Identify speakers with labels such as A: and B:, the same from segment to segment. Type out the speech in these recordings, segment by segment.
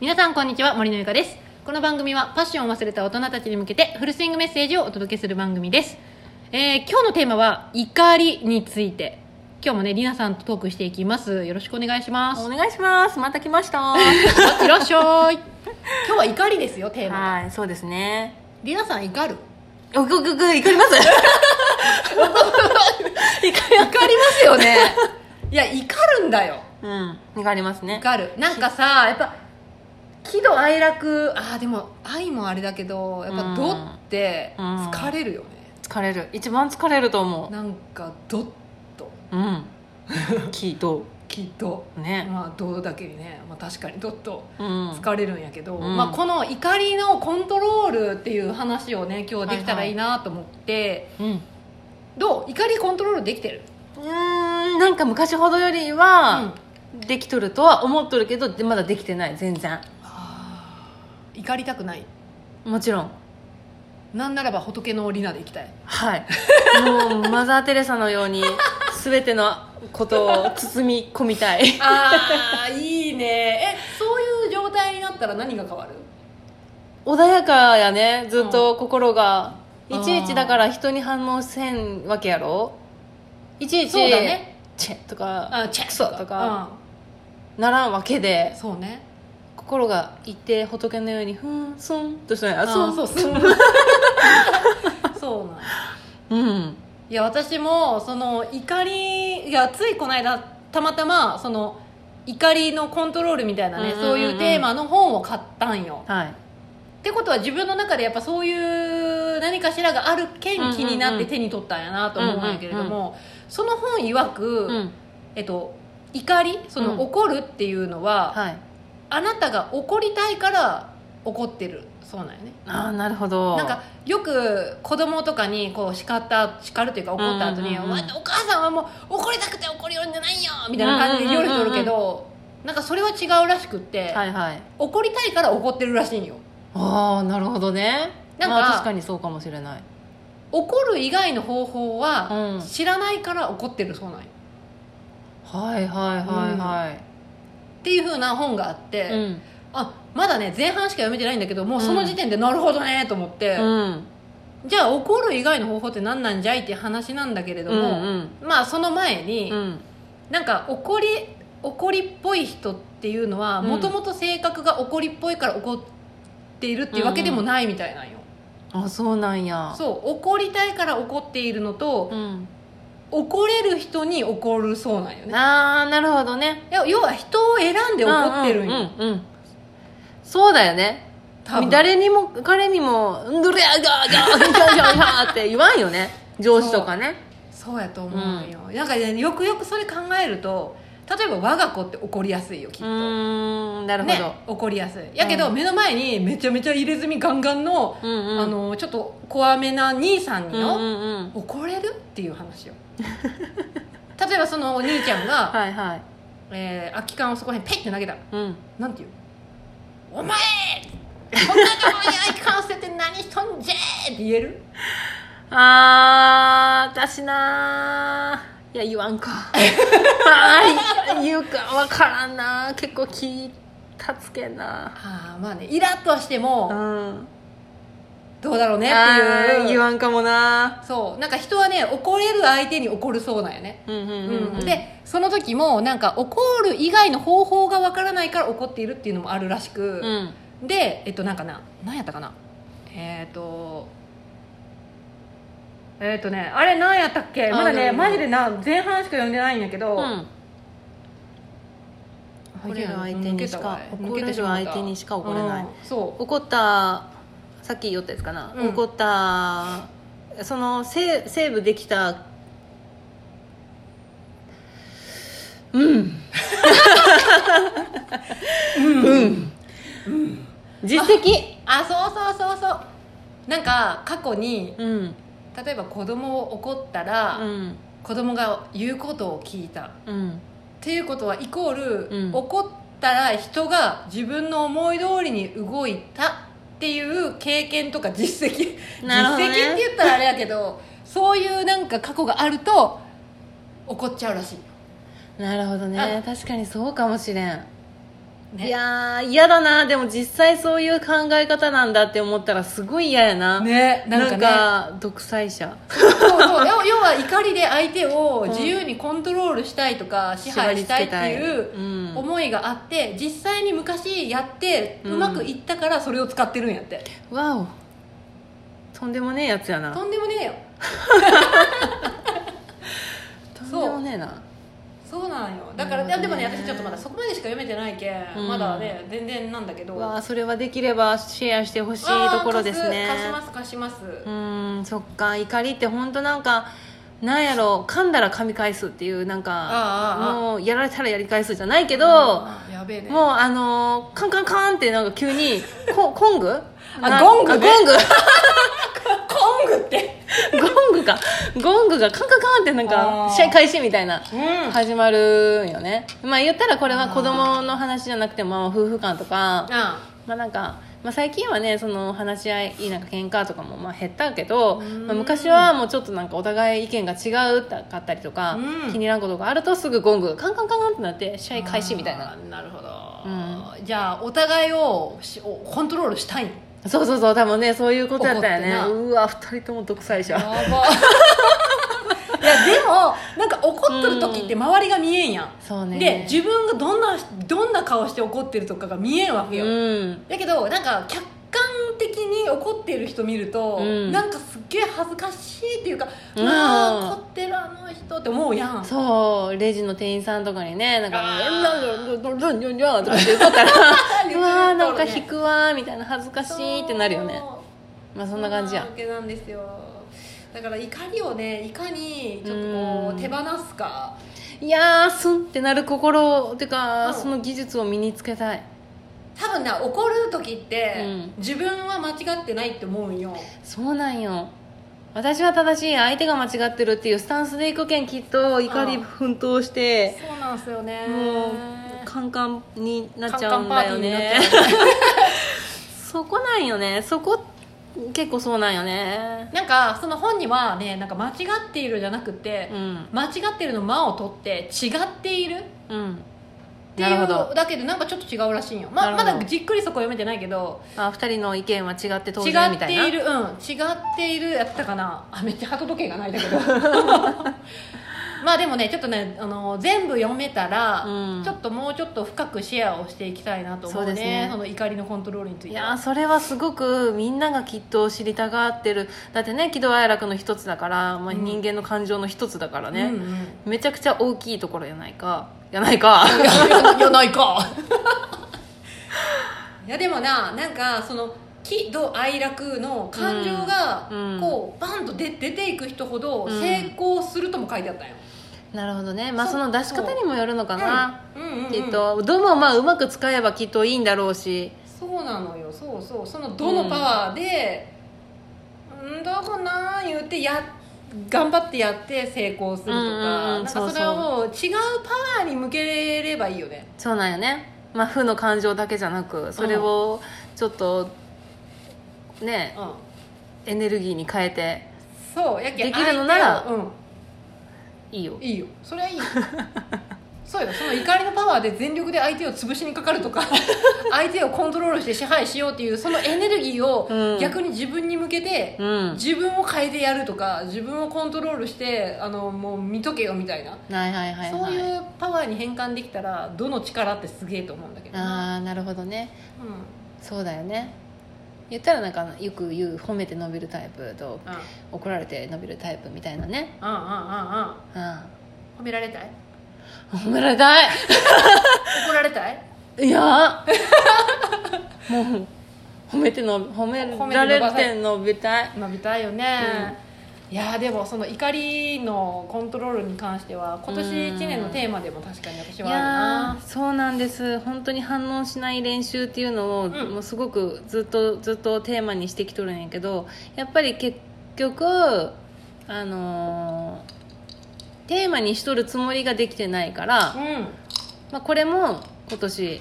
A: 皆さんこんにちは森のゆかですこの番組はパッションを忘れた大人たちに向けてフルスイングメッセージをお届けする番組です、えー今日のテーマは怒りについて今日もねりなさんとトークしていきますよろしくお願いします
B: お願いしますまた来まし た
A: あいらっしゃい 今日は怒りですよテーマ
B: はいそうですね
A: りなさん怒る
B: おぐぐぐ怒ります
A: 怒りますよね いや怒るんだよ
B: うん怒りますね
A: 怒るなんかさやっぱ喜怒哀楽ああでも愛もあれだけどやっ
B: う
A: ぱ「
B: ん
A: ど」って
B: うん
A: 疲れるよね、
B: 疲れる一番疲れると思
A: なんか「ど」と
B: ううんきっと
A: 「きど」
B: ね
A: まあ「ど」だけにね、まあ、確かに「ど」と
B: うん
A: 疲れるんやけど、
B: うん
A: まあ、この怒りのコントロールっていう話をね今日できたらいいなと思って、
B: うんう
A: どう怒りコントロールできてる
B: ーんなんか昔ほどよりは、できとるとは思っとるけどでまだできてない全然
A: あー怒りたくない
B: もちろん
A: なんならば仏のリナで行きたい
B: はい もうマザー・テレサのように全てのことを包み込みたい
A: ああいい ねえそういう状態になったら何が変わる
B: 穏やかやねずっと心が、
A: うん
B: いちいちだから人に反応せんわけやろいちいち
A: そうだね
B: チェッとか
A: あチェック
B: クソとか、ならんわけ
A: う
B: で
A: んそうね
B: 心がいて仏のようにふんそんとしてない
A: あ
B: あそう
A: そう そうなん
B: うん
A: いや私もその怒りがついこの間たまたまその怒りのコントロールみたいなね、
B: うんうんうん
A: そういうテーマの本を買ったんよ
B: はい
A: ってことは自分の中でやっぱそういう何かしらがあるけ
B: うんうん
A: ん
B: うん
A: 気になって手に取ったんやなと思うんやけれども、
B: うんう
A: その本曰く、
B: うん
A: えっと、怒りその、
B: うん
A: 怒るっていうのは、
B: はい
A: あなたが怒りたいから怒ってるそうなんよね
B: ああなるほど
A: なんかよく子供とかにこう叱った叱るというか怒った後に、
B: うんうんうん
A: お前お母さんはもう怒りたくて怒りよるんじゃないよ」みたいな感じで言われてるけど、なんかそれは違うらしくって、
B: はいはい
A: 怒りたいから怒ってるらしいんよ
B: ああなるほどね
A: なんか
B: まあ、確かにそうかもしれない
A: 怒る以外の方法
B: う
A: は
B: ん
A: 知らないから怒ってるそうなんよ
B: はいはいはいはい、
A: っていう風な本があって、
B: うん
A: あまだね前半しか読めてないんだけどもうその時点でなるほどねと思って、
B: うん
A: じゃあ怒る以外の方法って何なんじゃいっていう話なんだけれど
B: うんう
A: も、
B: ん
A: まあその前に、
B: うん
A: なんか怒り怒りっぽい人っていうのは
B: うん
A: もともと性格が怒りっぽいから怒っているっていうわけでもないみたいなんよ、
B: あそうなんや
A: そう怒りたいから怒っているのと、
B: うん
A: 怒れる人に怒るそうなんよね
B: ああなるほどね
A: いや要は人を選んで怒ってるんよ、
B: うんうんうんそうだよね
A: 多分
B: 誰にも彼にも「ドレアガーガーガーガーガーガー」って言わんよ ね上司とかね
A: そうやと思うよ、なんかねよくよくそれ考えると例えば我が子って怒りやすいよきっ
B: う
A: と、
B: ーんなるほど、
A: ね、怒りやすいやけど、
B: うん
A: 目の前にめちゃめちゃ入れ墨ガンガンの、
B: うんうん
A: あのちょっと怖めな兄さん
B: う
A: に
B: ん
A: よ、
B: うんうん
A: 怒れるっていう話よ例えばそのお兄ちゃんが、
B: はいはい
A: えー空き缶をそこへペイって投げたら
B: うん
A: なんて言うお前こんなとこに空き缶捨てて何しとんじゃーって言える
B: あー私ないや言わんかあーい言うか分からんな結構気立つけんな
A: ああまあねイラッとはして
B: う
A: も
B: ん
A: どうだろうね
B: あ
A: って
B: ー
A: いう
B: 言わんかもな
A: そうなんか人はね怒れる相手に怒るそうなんよね、
B: うんうん
A: うんでその時もなんか怒る以外の方法がわからないから怒っているっていうのもあるらしく、
B: うん
A: でえっとなんかな何やったかなえっ、とえっ、とねあれ何やったっけ
B: あ
A: まだ
B: いやい
A: ね
B: や
A: マジでな前半しか読んでないんやけど、
B: うん
A: こ
B: 怒
A: れ
B: れる相手にしか
A: 抜
B: 怒
A: け
B: れ
A: て
B: る
A: しまった
B: 相手にしか怒れない、
A: うんそう
B: 怒ったさっき言ったやつかな、
A: うん
B: 怒ったそのセセーブできたうんうん、実績
A: あそうそうそうそうなんか過去に
B: うん
A: 例えば子供を怒ったら、
B: うん
A: 子供が言うことを聞いたっ
B: うん
A: ていうことはイコール、
B: うん
A: 怒ったら人が自分の思い通りに動いたっていう経験とか実績、
B: なるほどね
A: 実績って言ったらあれやけどそういうなんか過去があると怒っちゃうらしい
B: なるほどね確かにそうかもしれん
A: ね
B: いやー嫌だなでも実際そういう考え方なんだって思ったらすごい嫌やな、
A: ね
B: な
A: なんん
B: か
A: かね
B: 独裁者
A: そうそう要要は怒りで相手を自由にコントロールしたいとか支配したいって
B: う
A: いうん思いがあって実際に昔やってうまくいったからそれを使ってるんやって、
B: わおとんでもねえやつやな
A: とんでもねえよ
B: とんでもねえな
A: そうなんよだから、いやでもね私ちょっとまだそこまでしか読めてないけん、
B: うん
A: まだね全然なんだけど
B: わあそれはできればシェアしてほしい
A: あー
B: ところですね
A: 貸す貸します貸します、
B: うーんそっか怒りって本当なんかなんやろ噛んだら噛み返すっていうなん
A: あーあ
B: か
A: ーあー
B: もうやられたらやり返すじゃないけど
A: あーやべえね
B: もうあのーカンカンカンってなんか急にココング
A: あ
B: な
A: ゴングね
B: あゴング
A: コングって
B: ゴングかゴングがカンカンカンってなん
A: あ
B: か
A: ー
B: 試合開始みたいな
A: うん
B: 始まるんよねまあ言ったらこれは子供の話じゃなくてもまあ夫婦間とか
A: あ
B: まあなんか、まあ、最近はねその話し合いなんか喧嘩とかもまあ減ったけど、
A: ん
B: まあ、昔はもうちょっとなんかお互い意見が違うかったりとか、
A: うん
B: 気に入らんことがあるとすぐゴングカンカンカンカンってなって試合開始みたいな
A: あーなるほど、じゃあお互いをしおコントロールしたいの
B: そうそうそう多分ねそういうことやったよね
A: 怒ってな
B: うわ二人とも独裁者
A: やば いやでもなんか怒っとる時って周りが見えんやん、
B: そうね
A: で自分がどんなどんな顔して怒ってるとかが見えんわけよ、
B: うん
A: だけどなんか客観的に怒ってる人見ると、
B: うん
A: なんかすっげえ恥ずかしいっていうか、
B: うん
A: まあ怒ってるあの人って思うやん
B: そうレジの店員さんとかにねなんか
A: あ
B: 「
A: ー
B: うんなんだどんどんどんとかって言っとったら「うわーなんか
A: 低
B: 引くわ」みたいな恥ずかしいってなるよねまあそんな感じや
A: わけなんですよだから怒りをねいかにちょっとこ
B: うん
A: う手放すか
B: いやースンってなる心ってか、
A: うん
B: その技術を身につけたい
A: 多分な怒る時って、
B: うん
A: 自分は間違ってないって思うんよ
B: そうなんよ私は正しい相手が間違ってるっていうスタンスでいくけんきっと怒り
A: うん
B: 奮闘して、
A: そうなんすよね
B: もうカンカンになっちゃ
A: カ
B: う
A: ン
B: ん
A: カンパー
B: だ
A: ティー
B: よ
A: になっ
B: ね
A: ちゃう
B: そこなんよねそこ結構そうなんよね
A: なんかその本にはねなんか間違っているじゃなくて、
B: うん
A: 間違ってるの「間」を取って「違っている」
B: うん
A: って
B: ないる
A: う
B: ほど
A: だけどなんかちょっと違うらしいんよ、ま
B: なる
A: ま
B: ほど
A: だじっくりそこ読めてないけど
B: あ二人の意見は違って当
A: 違
B: 然み
A: った
B: い
A: て
B: ない
A: るうん違っているやったかなあめっちゃ鳩時計がないんだけ どまあでもねちょっとねあの全部読めたら、
B: うん
A: ちょっともうちょっと深くシェアをしていきたいなと思う
B: そ
A: ね
B: う
A: そ
B: ですね
A: の怒りのコントロールについて
B: いやーそれはすごくみんながきっと知りたがってるだってね喜怒哀楽の一つだから、まあ、
A: うん
B: 人間の感情の一つだから
A: うん
B: ね、
A: うん
B: めちゃくちゃ大きいところやないかや ないか
A: いやいやないか いやでもななんかその喜怒哀楽の感情が
B: うん
A: こうバンと出出ていく人ほど
B: うん
A: 成功するとも書いてあったよ、
B: なるほどねまあ
A: そ
B: そうの出し方にもよるのかな、
A: うんうんうん
B: きっとどうもまあうまく使えばきっといいんだろうし
A: そうなのよそうそうそのどのパワーで「うんどうかな」言ってや頑張ってやって成功するとか,、
B: うんうんうん
A: なんか
B: そうそう
A: それはもう違うパワーに向ければいいよね
B: そうなんよね、まあ、負の感情だけじゃなくそれをちょっとね
A: うん
B: エネルギーに変えて
A: そうやけん
B: できるのなら
A: 相手をうん
B: いいよ
A: いいよそれはいいよ そうよその怒りのパワーで全力で相手を潰しにかかる とか相手をコントロールして支配しようっていうそのエネルギー
B: う
A: を
B: ん
A: 逆に自分に向けて、
B: うん
A: 自分を変えてやるとか自分をコントロールしてあのもう見とけよみたいな、
B: はいはいはい、はい、
A: そういうパワーに変換できたらどの力ってすげえと思うんだけどな、
B: ああなるほどね
A: うんうん
B: そうだよね言ったらなんかよく言う褒めて伸びるタイプと
A: うんうん
B: 怒られて伸びるタイプみたいなね、
A: うんうんうん
B: うん、
A: 褒められたい
B: 褒められたい
A: 怒られたい
B: いやーもう褒めての褒められて伸びたい
A: 伸びたいよね、いやーでもその怒りのコントロールに関しては今年1年のテーマでも確かに私
B: い
A: はある
B: や
A: な
B: ーそうなんです本当に反応しない練習っていうのを、
A: ん
B: もうすごくずっとずっとテーマにしてきとるんやけどやっぱり結局あのーテーマにしとるつもりができてないから、
A: うん
B: まあ、これも今年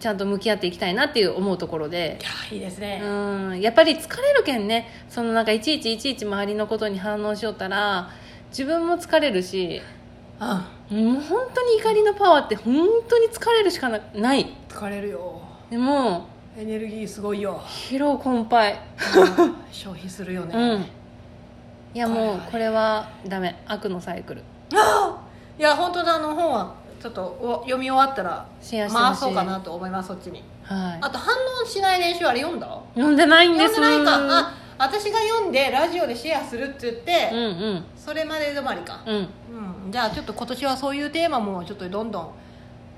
B: ちゃんと向き合っていきたいなっていう思うところで
A: いやーいいですね、
B: うんやっぱり疲れるけんねそのなんかいちいちいちいち周りのことに反応しよったら自分も疲れるし
A: うん
B: もう本当に怒りのパワーって本当に疲れるしかなない
A: 疲れるよ
B: でも
A: エネルギーすごいよ
B: 疲労困憊
A: 消費するよね、
B: うんいやもう
A: はいはい
B: これはダメ悪のサイクル
A: いや本当だあの本はちょっとお読み終わったら
B: シェアしてほ
A: 回
B: しい
A: そうかなと思いますそっちに
B: は
A: あと反応しない練習あれ読んだ
B: い飲んでないんで
A: 読ん
B: す
A: でないかあ私が読んでラジオでシェアするって言って、
B: うんうん
A: それまで止まりか、
B: うん
A: うん、じゃあちょっと今年はそういうテーマもちょっとどんどん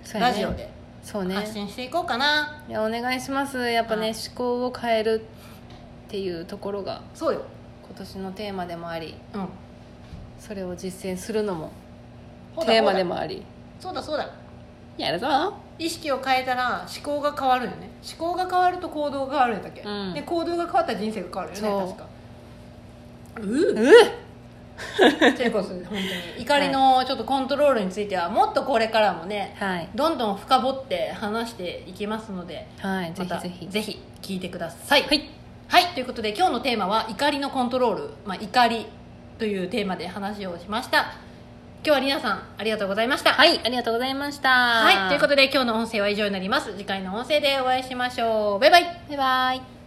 B: そうやね
A: ラジオで
B: そうね
A: 発信していこうかな、
B: いやお願いしますやっぱね
A: はい
B: 思考を変えるっていうところが
A: そうよ、
B: 今年のテーマでもあり
A: うん、
B: それを実践するのも
A: そうだ
B: テーマでもあり
A: そうだそうだ
B: やるぞ
A: 意識を変えたら思考が変わるよね思考が変わると行動が変わるんだっけ、
B: うん
A: で行動が変わったら人生が変わるよね
B: そう
A: 確かうう
B: う
A: ということで本当 に怒りのちょっとコントロールについてはもっとこれからもね
B: はい
A: どんどん深掘って話していきますので
B: はいぜ
A: ま
B: ひ
A: た
B: ぜひ
A: ぜひ聞いてください
B: はい
A: はい、ということで今日のテーマは怒りのコントロール、まあ、怒りというテーマで話をしました今日はりなさんありがとうございました
B: はいありがとうございました
A: はい、ということ
B: で
A: で今日の音声は以上になります次回の音声でお会いしましょうバイバイ
B: バイバイ